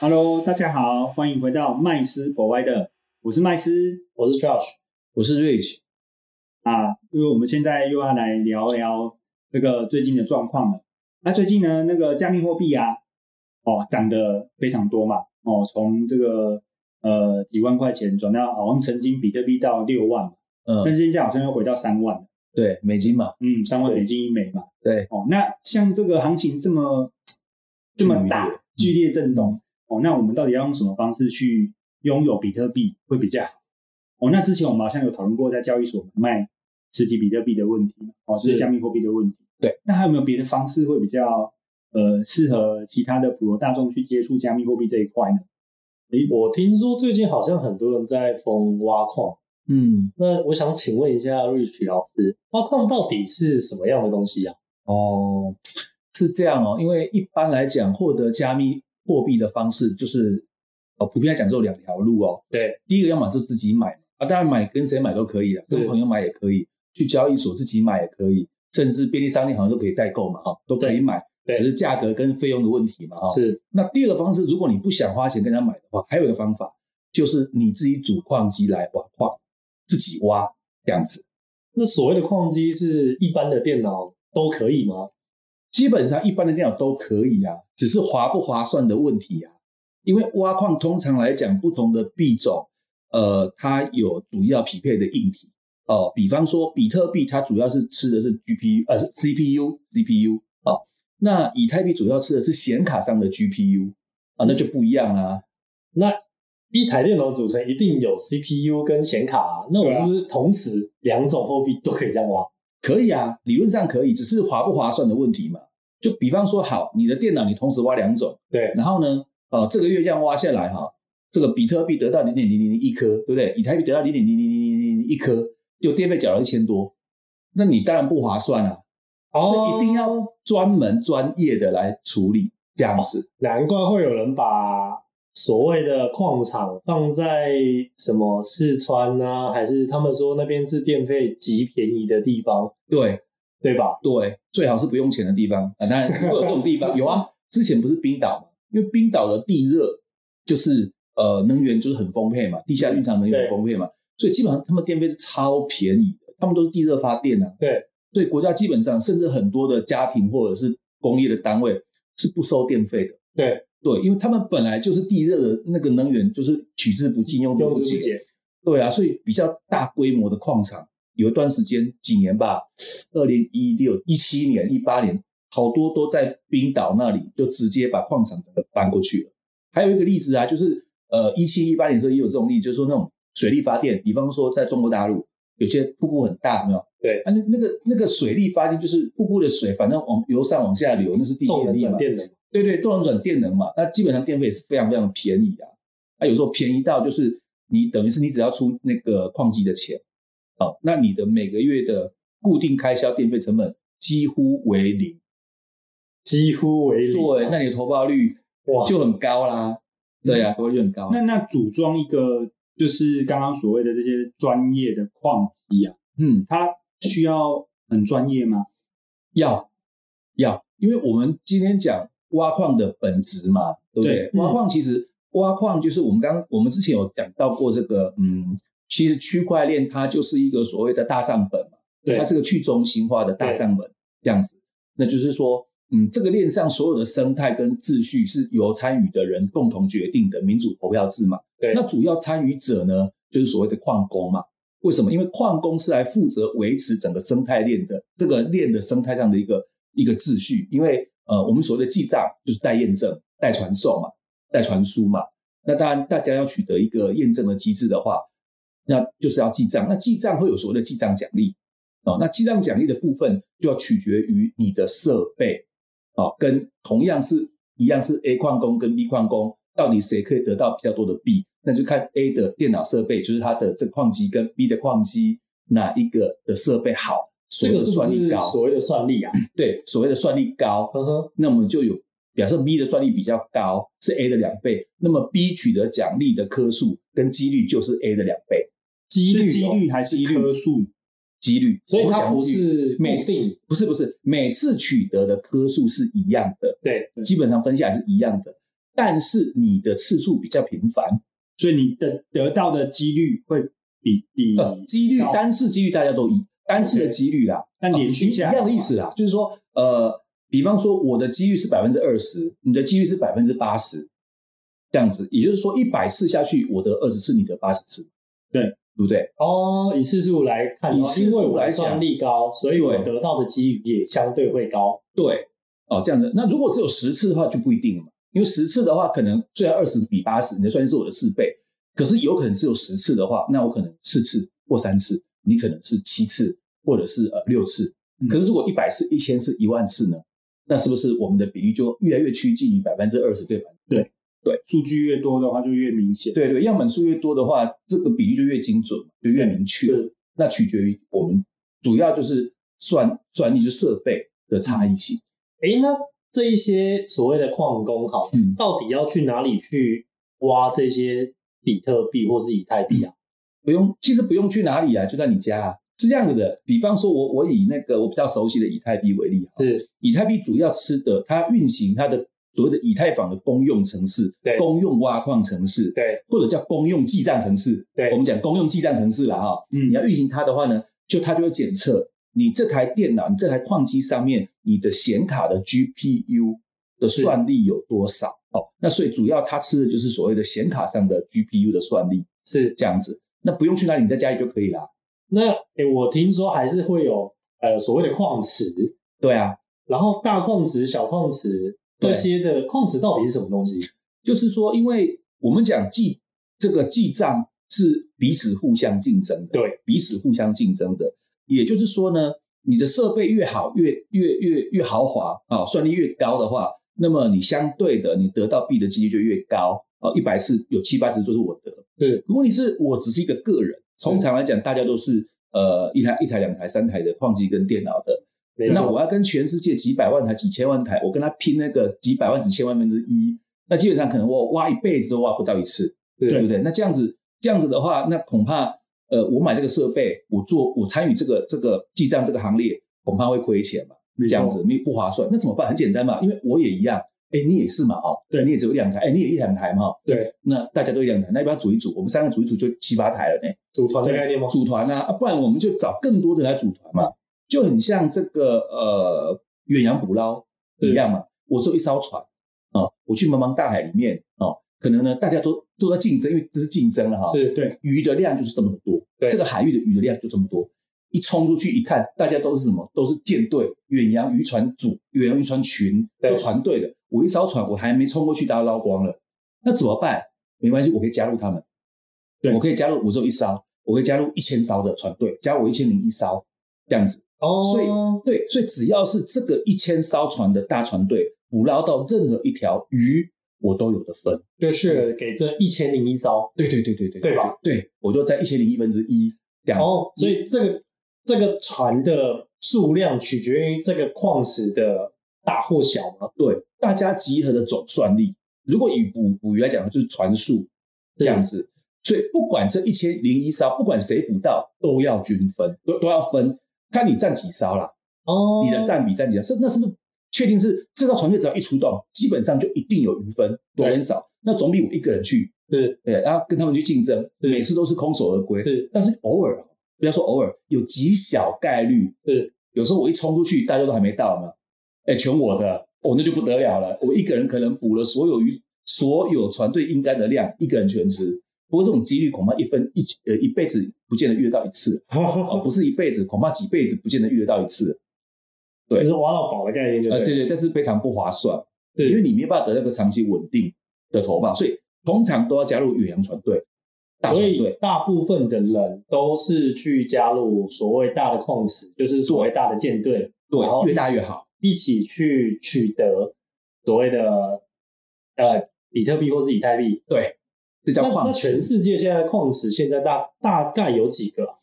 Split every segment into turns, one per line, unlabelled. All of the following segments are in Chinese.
Hello，大家好，欢迎回到麦斯博歪的，我是麦斯
我是 Josh，我是 Rich，
啊，因为我们现在又要来聊聊这个最近的状况了。那最近呢，那个加密货币啊，哦，涨得非常多嘛，哦，从这个呃几万块钱转到好像曾经比特币到六万，但
嗯，
是现在好像又回到三万，
对，美金嘛，
嗯，三万美金一枚嘛，
对，
哦，那像这个行情这么这么大剧
剧烈嗯
烈震动，哦，那我们到底要用什么方式去拥有比特币会比较好？哦，那之前我们好像有讨论过在交易所卖实体比特币的问题，哦，是
是
加密货币的问题。
对，
那还有没有别的方式会比较呃适合其他的普罗大众去接触加密货币这一块呢？
我听说最近好像很多人在疯挖矿，
嗯，
那我想请问一下 Rich 老师，挖矿到底是什么样的东西啊？
哦，是这样哦，因为一般来讲，获得加密货币的方式就是，哦，普遍来讲只有两条路哦，
对，
第一个要么就自己买啊，当然买跟谁买都可以了，
对
跟朋友买也可以，去交易所自己买也可以，甚至便利商店好像都可以代购嘛，哈、都可以买，
对
只是价格跟费用的问题嘛，哈、
是
那第二个方式，如果你不想花钱跟他买的话，还有一个方法就是你自己组矿机来挖矿，自己挖这样子。
那所谓的矿机是一般的电脑都可以吗？
基本上一般的电脑都可以啊，只是划不划算的问题啊。因为挖矿通常来讲，不同的币种，呃，它有主要匹配的硬体哦。比方说，比特币它主要是吃的是 GPU，呃，是 CPU、GPU 哦。那以太币主要吃的是显卡上的 GPU 啊，那就不一样啊。
那一台电脑组成一定有 CPU 跟显卡、啊，那我
对啊
是不是同时两种货币都可以这样挖？
可以啊，理论上可以，只是划不划算的问题嘛。就比方说，好，你的电脑你同时挖两种，
对，
然后呢，呃，这个月这样挖下来哈、这个比特币得到零点零零零一颗，对不对？以太币得到零点零零零零零一颗，就电费缴了一千多，那你当然不划算啊，所以一定要
哦
专门专业的来处理这样子。
难怪会有人把所谓的矿场放在什么四川啊，还是他们说那边是电费极便宜的地方，
对
对吧？
对，最好是不用钱的地方啊。当然，如果有这种地方，有啊，之前不是冰岛嘛，因为冰岛的地热就是呃能源就是很丰沛嘛，地
嗯
下蕴藏能源很丰沛嘛，所以基本上他们电费是超便宜的，他们都是地热发电啊。
对，
所以国家基本上甚至很多的家庭或者是工业的单位是不收电费的。
对
对，因为他们本来就是地热的那个能源就是取之不尽，用之
用
不
之
竭
不。竭。
对啊，所以比较大规模的矿场，有一段时间几年吧，二零一六、一七年、一八年，好多都在冰岛那里就直接把矿场整个搬过去了。还有一个例子啊，就是呃一七一八年的时候也有这种例子，就是说那种水力发电，比方说在中国大陆有些瀑布很大，有没有？
对
啊，那那个那个水力发电就是瀑布的水，反正往由上往下流，那是地
动
心
能
力
转
嘛。
变能，
对对，动能转电能嘛，那基本上电费也是非常非常便宜啊。那有时候便宜到就是你等于是你只要出那个矿机的钱，哦，那你的每个月的固定开销电费成本几乎为零。
几乎为零。啊
对，那你的投报率
哦哇，
就很高啦。对呀、啊，投报率就很高。
那那组装一个就是刚刚所谓的这些专业的矿机啊，
嗯，
它需要很专业吗？
要要，因为我们今天讲挖矿的本质嘛，对不对？
对嗯
挖矿其实挖矿就是我们刚我们之前有讲到过这个，嗯，其实区块链它就是一个所谓的大账本嘛，
对
它是个去中心化的大账本这样子。那就是说，嗯，这个链上所有的生态跟秩序是由参与的人共同决定的民主投票制嘛。
对
那主要参与者呢，就是所谓的矿工嘛。为什么？因为矿工是来负责维持整个生态链的这个链的生态上的一个一个秩序。因为呃，我们所谓的记账就是代验证、代传授嘛、代传输嘛。那当然，大家要取得一个验证的机制的话，那就是要记账。那记账会有所谓的记账奖励哦。那记账奖励的部分就要取决于你的设备哦，跟同样是一样是 A 矿工跟 B 矿工，到底谁可以得到比较多的币？那就看 A 的电脑设备，就是它的这个矿机跟 B 的矿机哪一个的设备好，所
这
谓的
个是不
算力
是
高，嗯
所谓的算力啊？
对，所谓的算力高，
呵呵，
那我们就有表示 B 的算力比较高，是 A 的两倍，那么 B 取得奖励的颗数跟几率就是 A 的两倍
几率
是
哦
几率还是
几率
颗数？
几率，
所以
我
它
讲
不
几率
是固
每
定。
不是不是每次取得的颗数是一样的，
对，
基本上分析还是一样的。但是你的次数比较频繁，
所以你的得到的几率会比比
呃，几率
高
单次几率大家都一，单次的几率啦，
但连续
哦一
下来
一样的意思啦，就是说，呃，比方说我的几率是百分之二十，你的几率是百分之八十，这样子，也就是说一百次下去，我的二十次，你的八十次，
对
对不对？
哦，以次数来看的
以
话，
次数
因为我
来
的
讲
算力高，所以我
对
得到的几率也相对会高。
对，哦，这样子。那如果只有十次的话，就不一定了嘛，因为十次的话，可能虽然二十比八十，你的算力是我的四倍，可是有可能只有十次的话，那我可能四次或三次，你可能是七次或者是呃六次。可是如果一百次、一千次、一万次呢？那是不是我们的比例就越来越趋近于百分之二十对百分之
数据越多的话就越明显。
对对，样本数越多的话，这个比例就越精准，就越明确。
是
那取决于我们主要就是算算力，就设备的差异性。
诶，那这一些所谓的矿工好，
嗯
到底要去哪里去挖这些比特币或是以太币啊？
不用，其实不用去哪里啊，就在你家啊。是这样子的，比方说我我以那个我比较熟悉的以太币为例，
是
以太币主要吃的，它运行它的所谓的以太坊的公用城市
对、
公用挖矿城市，
对
或者叫公用记账城市。
对
我们讲公用记账城市了哈。
嗯
你要运行它的话呢，就它就会检测你这台电脑、你这台矿机上面你的显卡的 GPU 的算力有多少。哦，那所以主要它吃的就是所谓的显卡上的 GPU 的算力
是。
这样子。那不用去哪里，你在家里就可以啦。
那诶，我听说还是会有呃所谓的矿池，
对啊，
然后大矿池、小矿池
对
这些的矿池到底是什么东西？
就是说，因为我们讲记这个记账是彼此互相竞争的，
对，
彼此互相竞争的。也就是说呢，你的设备越好，越越越越豪华啊、算力越高的话，那么你相对的你得到币的几率就越高哦，一百次有七八十就是我得。
是
问题是我只是一个个人，通常来讲，大家都是呃一台一台两台三台的矿机跟电脑的，
没
那
错，
我要跟全世界几百万台、几千万台，我跟他拼那个几百万、几千万分之一，那基本上可能我挖一辈子都挖不到一次，
对
对不对？那这样子，这样子的话，那恐怕呃，我买这个设备，我做我参与这个这个记账这个行列，恐怕会亏钱嘛，
没错
这样子没不划算。那怎么办？很简单嘛，因为我也一样，哎，你也是嘛，哈，
对
你也只有两台，哎，你也一两台嘛，
对，
那大家都一两台，那要不要组一组？我们三个组一组就七八台了呢。
组团的概念吗？
组团啊，啊不然我们就找更多的来组团嘛，就很像这个呃远洋捕捞一样嘛。我只有一艘船啊、我去茫茫大海里面啊、可能呢大家都都在竞争，因为这是竞争了哈、
是
对
鱼的量就是这么多，
对
这个海域的鱼的量就这么多。一冲出去一看，大家都是什么？都是舰队、远洋渔船组、远洋渔船群、
对
都船队的。我一艘船，我还没冲过去，大家捞光了，那怎么办？没关系，我可以加入他们。
对
我可以加入，我只有一艘，我可以加入一千艘的船队，加我一千零一艘这样子。
哦，
所以对，所以只要是这个一千艘船的大船队捕捞到任何一条鱼，我都有的分。
就是给这一千零一招
对对对对对，
对吧？
对，我就在一千零一分之一这样子。
哦，所以这个这个船的数量取决于这个矿石的大或小吗？
对，大家集合的总算力，如果以捕捕鱼来讲，就是船数这样子。所以不管这一千零一艘，不管谁捕到，都要均分，都都要分，看你占几艘啦，
哦，
你的占比占几艘，是那是不是确定是这艘船队只要一出动，基本上就一定有鱼分，多
对
跟少，那总比我一个人去
是
对，然后跟他们去竞争，
是
每次都是空手而归。
是
但是偶尔，不要说偶尔，有极小概率，
是
有时候我一冲出去，大家都还没到呢，哎，全我的，哦，那就不得了了，我一个人可能捕了所有鱼，所有船队应该的量，一个人全吃。不过这种几率恐怕一分一呃一辈子不见得遇得到一次，哦，不是一辈子，恐怕几辈子不见得遇得到一次，对
就是挖到宝的概念就
呃，对
对，
对，但是非常不划算。
对
因为你没办法得到一个长期稳定的投放，所以通常都要加入远洋船队、大
所
船
以
队。
大部分的人都是去加入所谓大的矿石，就是所谓大的舰队，然后
对，
一
越大
起
越好。
一起去取得所谓的呃比特币或是以太币。
对，这叫
那那
矿
全
池。
世界现在的矿池现在大大概有几个啊？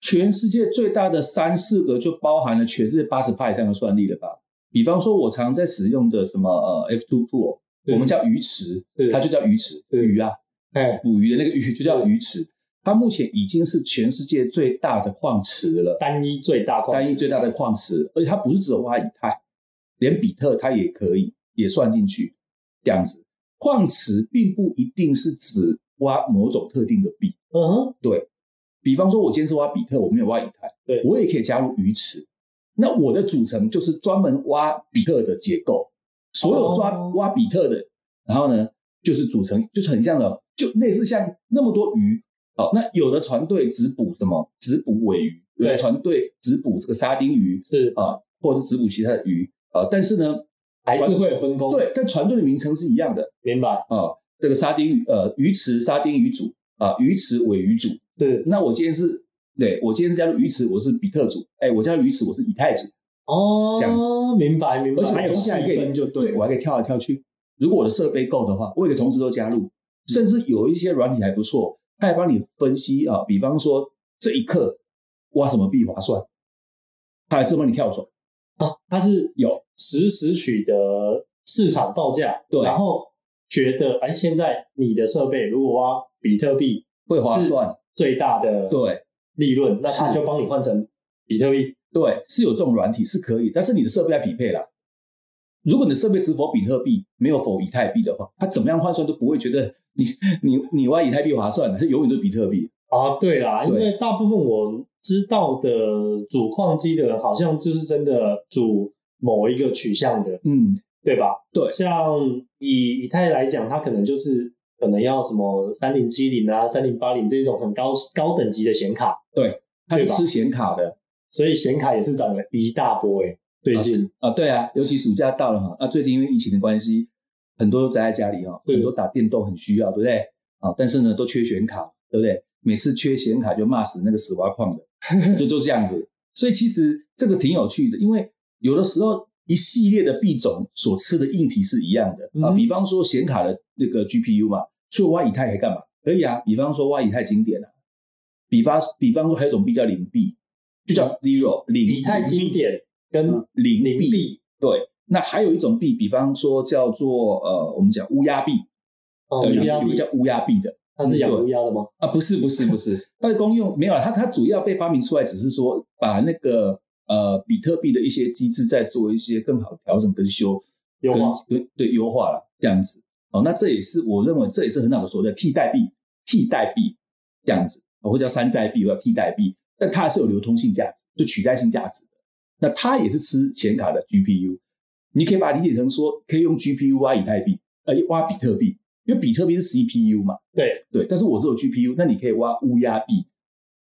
全世界最大的三四个就包含了全世界八十以上的算力了吧？比方说，我常在使用的什么呃 F two pool，
对
我们叫鱼池
对，
它就叫鱼池，
对
鱼啊，
哎，
捕鱼的那个鱼就叫鱼池。它目前已经是全世界最大的矿池了，
单一最大矿池，
单一最大的矿池，而且它不是只有挖以太，连比特它也可以也算进去，这样子。矿池并不一定是指挖某种特定的币，
嗯哼，
对比方说，我今天是挖比特，我没有挖以太，
对
我也可以加入鱼池。那我的组成就是专门挖比特的结构，所有抓、
哦
挖比特的，然后呢，就是组成，就是很像的，就类似像那么多鱼。哦，那有的船队只捕什么？只捕尾鱼，有的
对
船队只捕这个沙丁鱼
是
啊，或者是只捕其他的鱼啊。但是呢，
还是会有分工，，
对，但船队的名称是一样的
明白？
啊。这个沙丁鱼，呃，鱼池沙丁鱼组啊，鱼池尾鱼组，
是
那我今天是，对我今天是加入鱼池，我是比特组，哎，我加入鱼池，我是以太组，
哦，
这样子，
明白明白，
而且
还
我
有
同时
下
可
一分
以，
就
对
对
我还可以跳来跳去。如果我的设备够的话，我也可以同时都加入，甚至有一些软体还不错，它还帮你分析啊，比方说这一刻挖什么币划算，它还自动帮你跳转，
哦，它是
有
实时取得市场报价，
对
然后觉得哎，现在你的设备如果挖比特币
会划算，
最大的
对
利润，那它
是
就帮你换成比特币，
对，是有这种软体是可以，但是你的设备要匹配啦。如果你的设备只否比特币，没有否以太币的话，它怎么样换算都不会觉得你你你挖以太币划算，它永远都是比特币。
啊，对啦，因
对
为大部分我知道的主矿机的人，好像就是真的主某一个取向的，
嗯，
对吧？
对
像以以太来讲，它可能就是可能要什么三零七零啊、三零八零这种很高高等级的显卡，
它是
对吧
吃显卡的
所以显卡也是涨了一大波诶、最近、
啊，对啊，尤其暑假到了哈，那、最近因为疫情的关系，很多都宅在家里哈，
是
很多打电动很需要，对不对？啊，但是呢，都缺显卡，对不对？每次缺显卡就骂死那个死挖矿的， 就就这样子。所以其实这个挺有趣的，因为有的时候一系列的币种所吃的硬体是一样的、啊，
嗯
比方说显卡的那个 GPU 嘛，除了挖以太还干嘛？可以啊，比方说挖以太经典啊，比方比方说还有一种币叫零币，就叫 zero 零
以太经典跟
嗯零
零
币
币
对，那还有一种币，比方说叫做呃，我们讲乌鸦币，
哦，
对
乌鸦
有一
币
个，叫乌鸦币的
它是养
对
乌鸦的吗？
啊，不是不是不 是，它的功用没有啊，它它主要被发明出来，只是说把那个呃比特币的一些机制再做一些更好的调整跟修
优化，
跟跟对优化了这样子。哦，那这也是我认为这也是很好的所谓的替代币，替代币这样子，哦或者叫山寨币，或者替代币，但它还是有流通性价值，就取代性价值的。那它也是吃显卡的 GPU，你可以把它理解成说可以用 GPU 挖以太币，呃，挖比特币，因为比特币是 CPU 嘛，
对，
对，但是我只有 GPU，那你可以挖乌鸦币，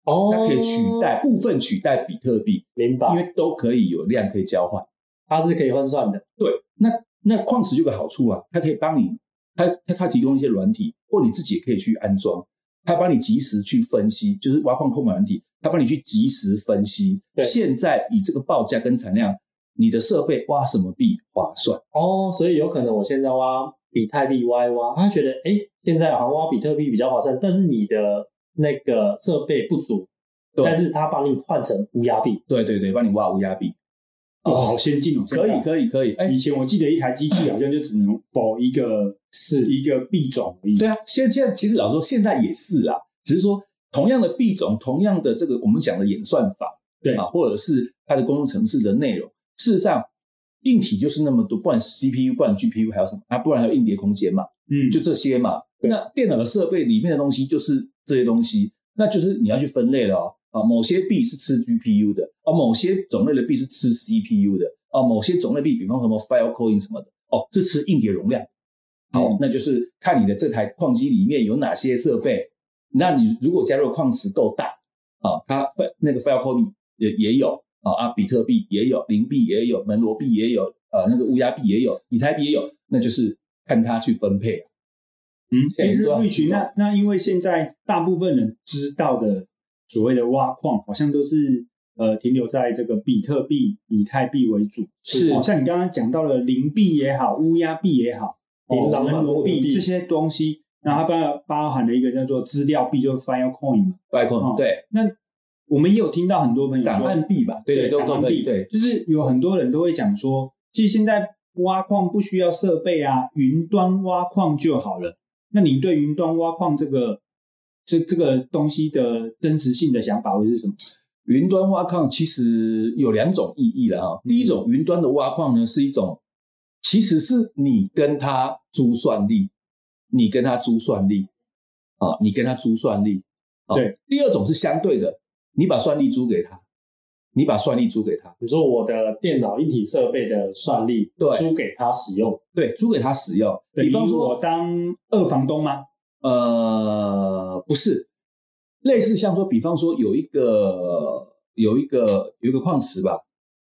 哦，
那可以取代，部分取代比特币，
明白
因，为都可以有量可以交换。
它是可以换算的，
对，那那矿石就有个好处啊，它可以帮你，它它它提供一些软体，或你自己也可以去安装，它帮你及时去分析，就是挖矿控管软体，它帮你去及时分析，
对
现在以这个报价跟产量，你的设备挖什么币划算？
哦，所以有可能我现在挖以太币挖一挖，他觉得哎，诶现在好像挖比特币比较划算，但是你的那个设备不足，
对
但是他帮你换成乌鸦币，
对对对，帮你挖乌鸦币，
哦，好先进哦！
可以
现在
可以可以，哎
以，前我记得一台机器好像就只能否一个是一个币种而已。
对啊，现现在其实老实说，现在也是啦，只是说同样的币种，同样的这个我们讲的演算法，
对
啊，或者是它的公用程式的内容，事实上硬体就是那么多，不然是 CPU，不然 GPU，还有什么啊？不然还有硬碟空间嘛，
嗯，
就这些嘛。
对
那电脑的设备里面的东西就是这些东西，那就是你要去分类了哦。啊，某些币是吃 GPU 的，啊，某些种类的币是吃 CPU 的，啊，某些种类币，比方什么 Filecoin 什么的，哦，是吃硬碟容量。好，
嗯
那就是看你的这台矿机里面有哪些设备。那你如果加入矿池够大，啊，它那个 Filecoin 也也有啊啊，比特币也有，零币也有，门罗币也有，呃，那个乌鸦币也有，以太币也有，那就是看它去分配啊
嗯，
现在已经做到
瑞群，
很
那那因为现在大部分人知道的所谓的挖矿，好像都是呃停留在这个比特币、以太币为主，
是
哦，像你刚刚讲到的零币也好，乌鸦币也好，
琳琅
哦，
满
门
目
罗
的币
币这些东西，然后它包包含了一个叫做资料币，就是 Filecoin 嘛。
Bitcoin，、
哦
对，
那我们也有听到很多朋友
档
说，
案币吧，对对，都
档
都
案
可以，
币
对，
就是有很多人都会讲说，其实现在挖矿不需要设备啊，云端挖矿就好了。那您对云端挖矿这个这这个东西的真实性的想法会是什么？
云端挖矿其实有两种意义了
嗯
哈。第一种，云端的挖矿呢是一种，其实是你跟它珠算力，你跟他租算力啊，你跟他租算力。啊
对，
第二种是相对的，你把算力租给他，你把算力租给他，
你说我的电脑一体设备的算力，
对
租给他使用，
对，租给他使用。
等
比
于
方说
我，当二房东吗？
呃，不是，类似像说，比方说有一个有一个有一个矿池吧，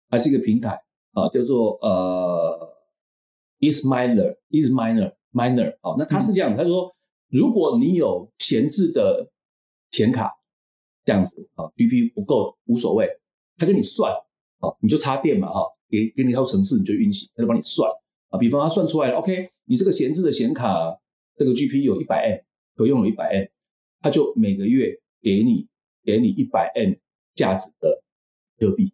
还是一个平台啊、叫做呃 is miner is miner miner 好、啊那他是这样，他说如果你有闲置的显卡这样子啊、g p 不够无所谓，他跟你算啊、你就插电嘛哈、给给你一套程式你就运行，他就帮你算啊、比方他算出来了，OK，你这个闲置的显卡这个 GP 有一百 M，可用有一百 M，他就每个月给你给你一百 M 价值的比特币，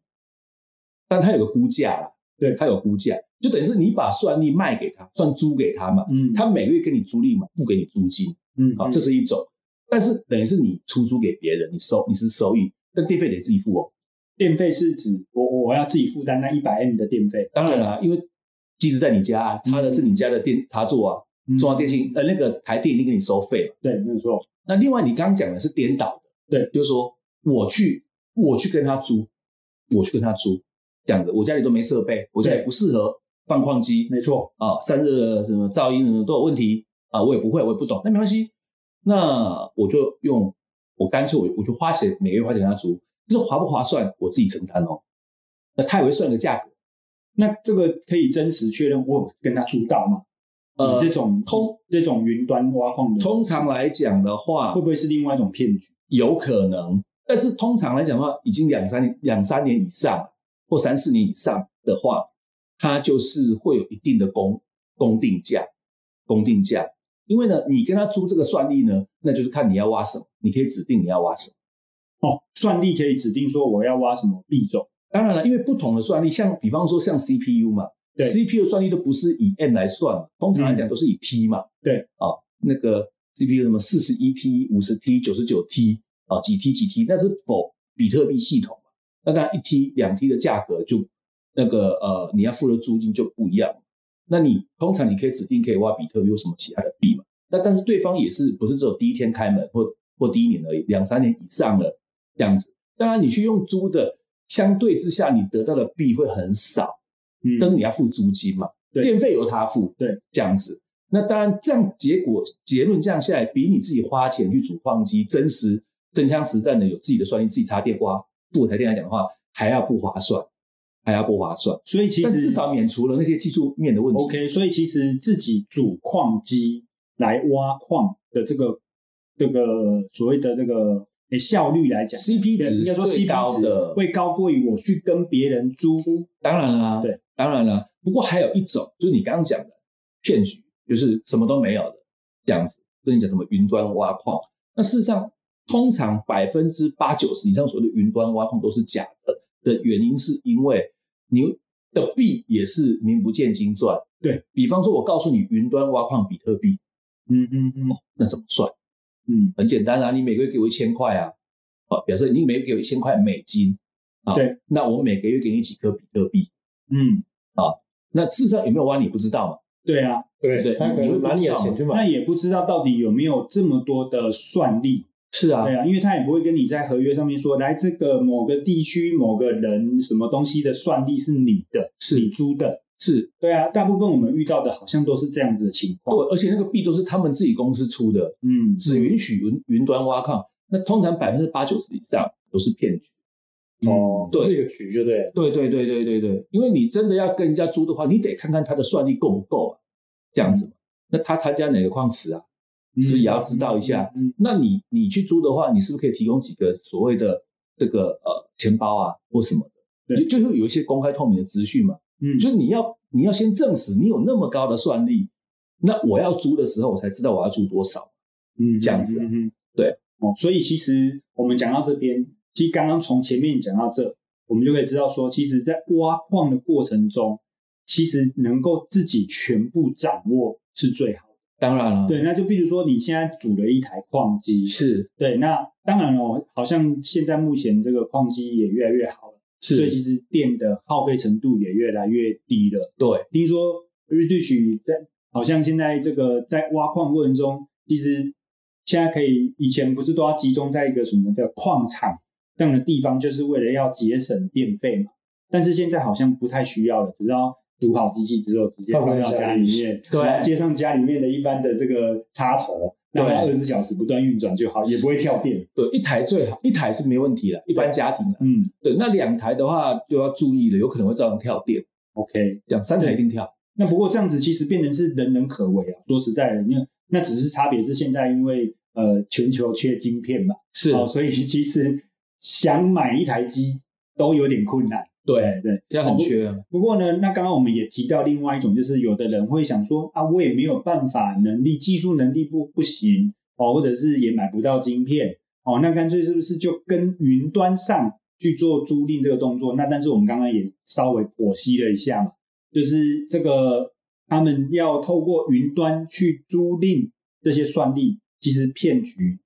但它有个估价啦，
对
它有估价，就等于是你把算力卖给他，算租给他嘛，
嗯，
他每个月给你租赁嘛，付给你租金，
嗯，
好、
嗯
这是一种，但是等于是你出租给别人，你收你是收益，但电费得自己付哦。
电费是指我我我要自己负担那一百 M 的电费，
当然啦、因为机子在你家、啊，插的是你家的电插座啊，
嗯
中央电信呃那个台电一定给你收费嘛。
对，没有错，
那另外你刚刚讲的是颠倒的，
对，
就是说我去我去跟他租，我去跟他租这样子，我家里都没设备，我家里
对
不适合放矿机
没错，
啊，散热什么噪音什么都有问题啊，我也不会，我也不懂，那没关系，那我就用我干脆我我就花钱每个月花钱跟他租，这划不划算我自己承担哦。那他也会算个价格，
那这个可以真实确认我有跟他租到吗？
呃
你这种
通
这种云端挖矿的，
通常来讲的话
会，不会是另外一种骗局？
有可能，但是通常来讲的话，已经两三年、两三年以上或三四年以上的话，它就是会有一定的公公定价，公定价。因为呢，你跟他租这个算力呢，那就是看你要挖什么，你可以指定你要挖什么。
哦，算力可以指定说我要挖什么币种，
当然了，因为不同的算力，像比方说像 CPU 嘛
对
，CPU 算力都不是以 M 来算嘛，通常来讲都是以 T 嘛。
对
啊，那个 CPU 什么四十一 T、五十 T、九十九 T 啊，几 T 几 T，那是否比特币系统嘛？那当然一 T、两 T 的价格就那个呃，你要付的租金就不一样。那你通常你可以指定可以挖比特币或什么其他的币嘛？那但是对方也是不是只有第一天开门或或第一年而已，两三年以上了这样子。当然，你去用租的，相对之下你得到的币会很少，
嗯，
但是你要付租金嘛，
对
电费由他付，
对，
这样子。那当然，这样结果结论这样下来，比你自己花钱去组矿机，真实真枪实弹的有自己的算力，自己插电瓜付台电来讲的话，还要不划算，还要不划算。
所以其
但
实
至少免除了那些技术面的问题。
OK，所以其实自己主矿机来挖矿的这个这个所谓的这个诶效率来讲
CP 值
应该说
是最
CP
高
值
的
会高过于我去跟别人租。
当然啦、
对，
当然啦、不过还有一种，就是你刚刚讲的骗局，就是什么都没有的这样子，跟你讲什么云端挖矿。那事实上，通常百分之八九十以上所谓的云端挖矿都是假的，的原因是因为你的币也是名不见经传。
对
比方说，我告诉你云端挖矿比特币，
嗯嗯嗯
那怎么算？
嗯，
很简单啊，你每个月给我一千块啊，啊，表示你每个月给我一千块美金啊，
对，
那我每个月给你几颗比特币，
嗯，
那事实上有没有挖你不知道嘛？
对啊，
对
他可
你会
能
不知道
拿你的钱去买，
那也不知道到底有没有这么多的算力。
是啊，
对啊，因为他也不会跟你在合约上面说，来这个某个地区某个人什么东西的算力是你的，
是
你租的。
是，
对啊，大部分我们遇到的好像都是这样子的情
对
况。，
而且那个币都是他们自己公司出的，
嗯，
只允许云云端挖矿，那通常百分之八九十以上都是骗局。
哦，
对
这个局就对了，
对对对对对对，因为你真的要跟人家租的话，你得看看他的算力够不够啊，这样子嘛。那他参加哪个矿池啊？是不是也要知道一下？
嗯嗯，嗯嗯
那你你去租的话，你是不是可以提供几个所谓的这个呃钱包啊或什么的？
对
就就会有一些公开透明的资讯嘛。
嗯
就是你要你要先证实你有那么高的算力，那我要租的时候我才知道我要租多少。
嗯
这样子啊
嗯嗯嗯
对
哦，所以其实我们讲到这边，其实刚刚从前面讲到这，我们就可以知道说，其实，在挖矿的过程中，其实能够自己全部掌握是最好的。
当然了，
对，那就比如说你现在组了一台矿机，
是
对，那当然哦，好像现在目前这个矿机也越来越好了，所以
是，
其实电的耗费程度也越来越低了。
对
听说 r e d u c 在好像现在这个在挖矿过程中，其实现在可以，以前不是都要集中在一个什么的矿场这样的地方，就是为了要节省电费嘛。但是现在好像不太需要了，只要煮好机器之后，直接放到家里面，
对
然后接上家里面的一般的这个插头，让它二
对
十四小时不断运转就好，也不会跳电。
对，一台最好，一台是没问题的，一般家庭的。
嗯
对，那两台的话就要注意了，有可能会造成跳电，
，OK。
这样三台一定跳。
那不过这样子其实变成是人人可为啊。说实在的，那那只是差别是现在因为呃全球缺晶片嘛，
是
哦，所以其实想买一台机都有点困难。
对，
对。哦
现在很缺啊。
不过呢，那刚刚我们也提到另外一种，就是有的人会想说啊，我也没有办法，能力技术能力不不行哦，或者是也买不到晶片哦，那干脆是不是就跟云端上去做租赁这个动作？那但是我们刚刚也稍微剖析了一下嘛，就是这个他们要透过云端去租赁这些算力，其实骗局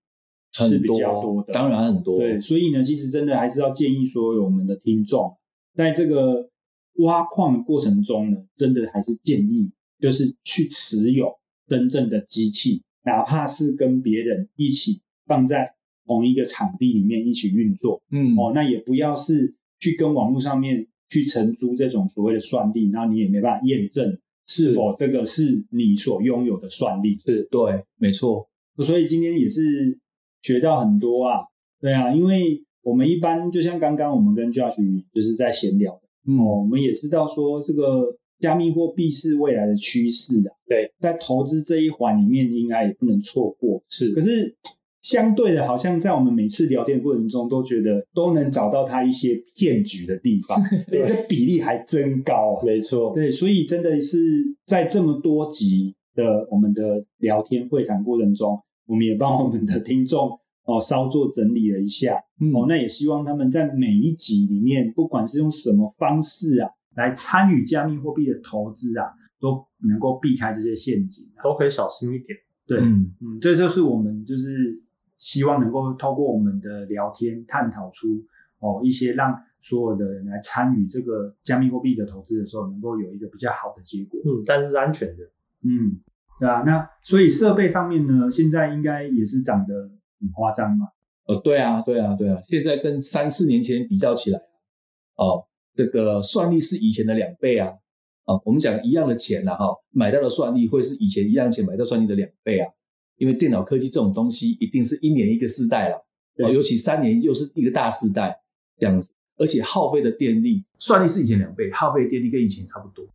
是
很啊
比较多的，
当然很多。
对，所以呢，其实真的还是要建议所有我们的听众，在这个挖矿的过程中呢，真的还是建议就是去持有真正的机器，哪怕是跟别人一起放在同一个场地里面一起运作，
嗯，
哦，那也不要是去跟网络上面去承租这种所谓的算力，然后你也没办法验证是否这个是你所拥有的算力。
对，没
哦
错，
所以今天也是学到很多啊，对啊，因为我们一般就像刚刚我们跟 Josh 就是在闲聊的
嗯
哦，我们也知道说这个加密货币是未来的趋势的，
对，
在投资这一环里面应该也不能错过。可
是
是相对的，好像在我们每次聊天过程中，都觉得都能找到它一些骗局的地方，
对
对，这比例还真高啊，
没错，
对，所以真的是在这么多集的我们的聊天会谈过程中，我们也帮我们的听众哦稍作整理了一下
嗯
哦，那也希望他们在每一集里面，不管是用什么方式啊来参与加密货币的投资啊，都能够避开这些陷阱啊。
都可以小心一点。
对
嗯，
嗯，这就是我们就是希望能够透过我们的聊天探讨出哦一些让所有的人来参与这个加密货币的投资的时候，能够有一个比较好的结果。
嗯，但是是安全的。
嗯，对啊，那所以设备上面呢，现在应该也是涨得很夸张嘛。
呃，对啊，对啊，对啊，现在跟三四年前比较起来，哦，这个算力是以前的两倍啊，啊，我们讲一样的钱了哈、买到的算力会是以前一样钱买到算力的两倍啊，因为电脑科技这种东西一定是一年一个世代了，
对
哦，尤其三年又是一个大世代这样子，而且耗费的电力，算力是以前两倍，耗费的电力跟以前差不多，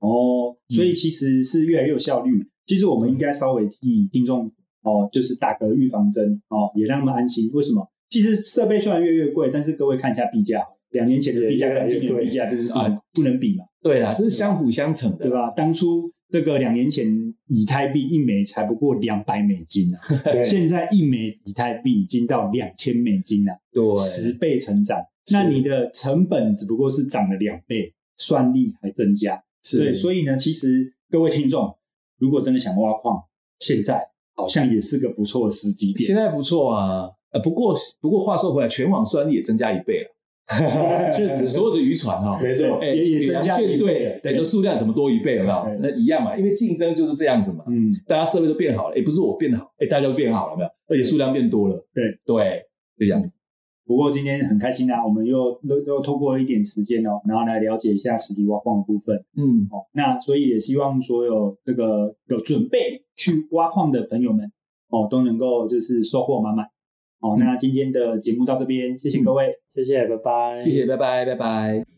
哦，所
嗯
以其实是越来越有效率。其实我们应该稍微替听众哦，就是打个预防针哦，也让他们安心。为什么？其实设备虽然越来越贵，但是各位看一下币价，两年前的币价
也越来
跟
越
今年的
贵
币价 真的是不
啊
能不能比嘛，
对啦，这是相辅相成的，
对？吧？当初这个两年前以太币一枚才不过两百美金啊，
对
现在一枚以太币已经到两千美金了、
对，
十倍成长，
是
那你的成本只不过是涨了两倍，算力还增加。
是
对，所以呢，其实各位听众，如果真的想挖矿，现在好像也是个不错的时机
现
点。
在不错啊，呃，不过不过话说回来，全网算力也增加 一倍了，
确
是所有的渔船哈、
没错
哎，
也也
比
增加
舰
一倍
队
了
对
对
的数量怎么多一倍有没有？
对
那一样嘛，因为竞争就是这样子嘛，
嗯，
大家设备都变好了，也不是我变好，哎，大家都变好了有没有？而且数量变多了，
对
对，就这样子，
不过今天很开心啊，我们又又又透过一点时间哦，然后来了解一下实体挖矿的部分
嗯，
哦。那所以也希望所有这个有准备去挖矿的朋友们哦，都能够就是收获满满。哦，那今天的节目到这边，谢谢各位。
嗯谢谢，拜拜，
哎
谢谢，拜拜，拜拜。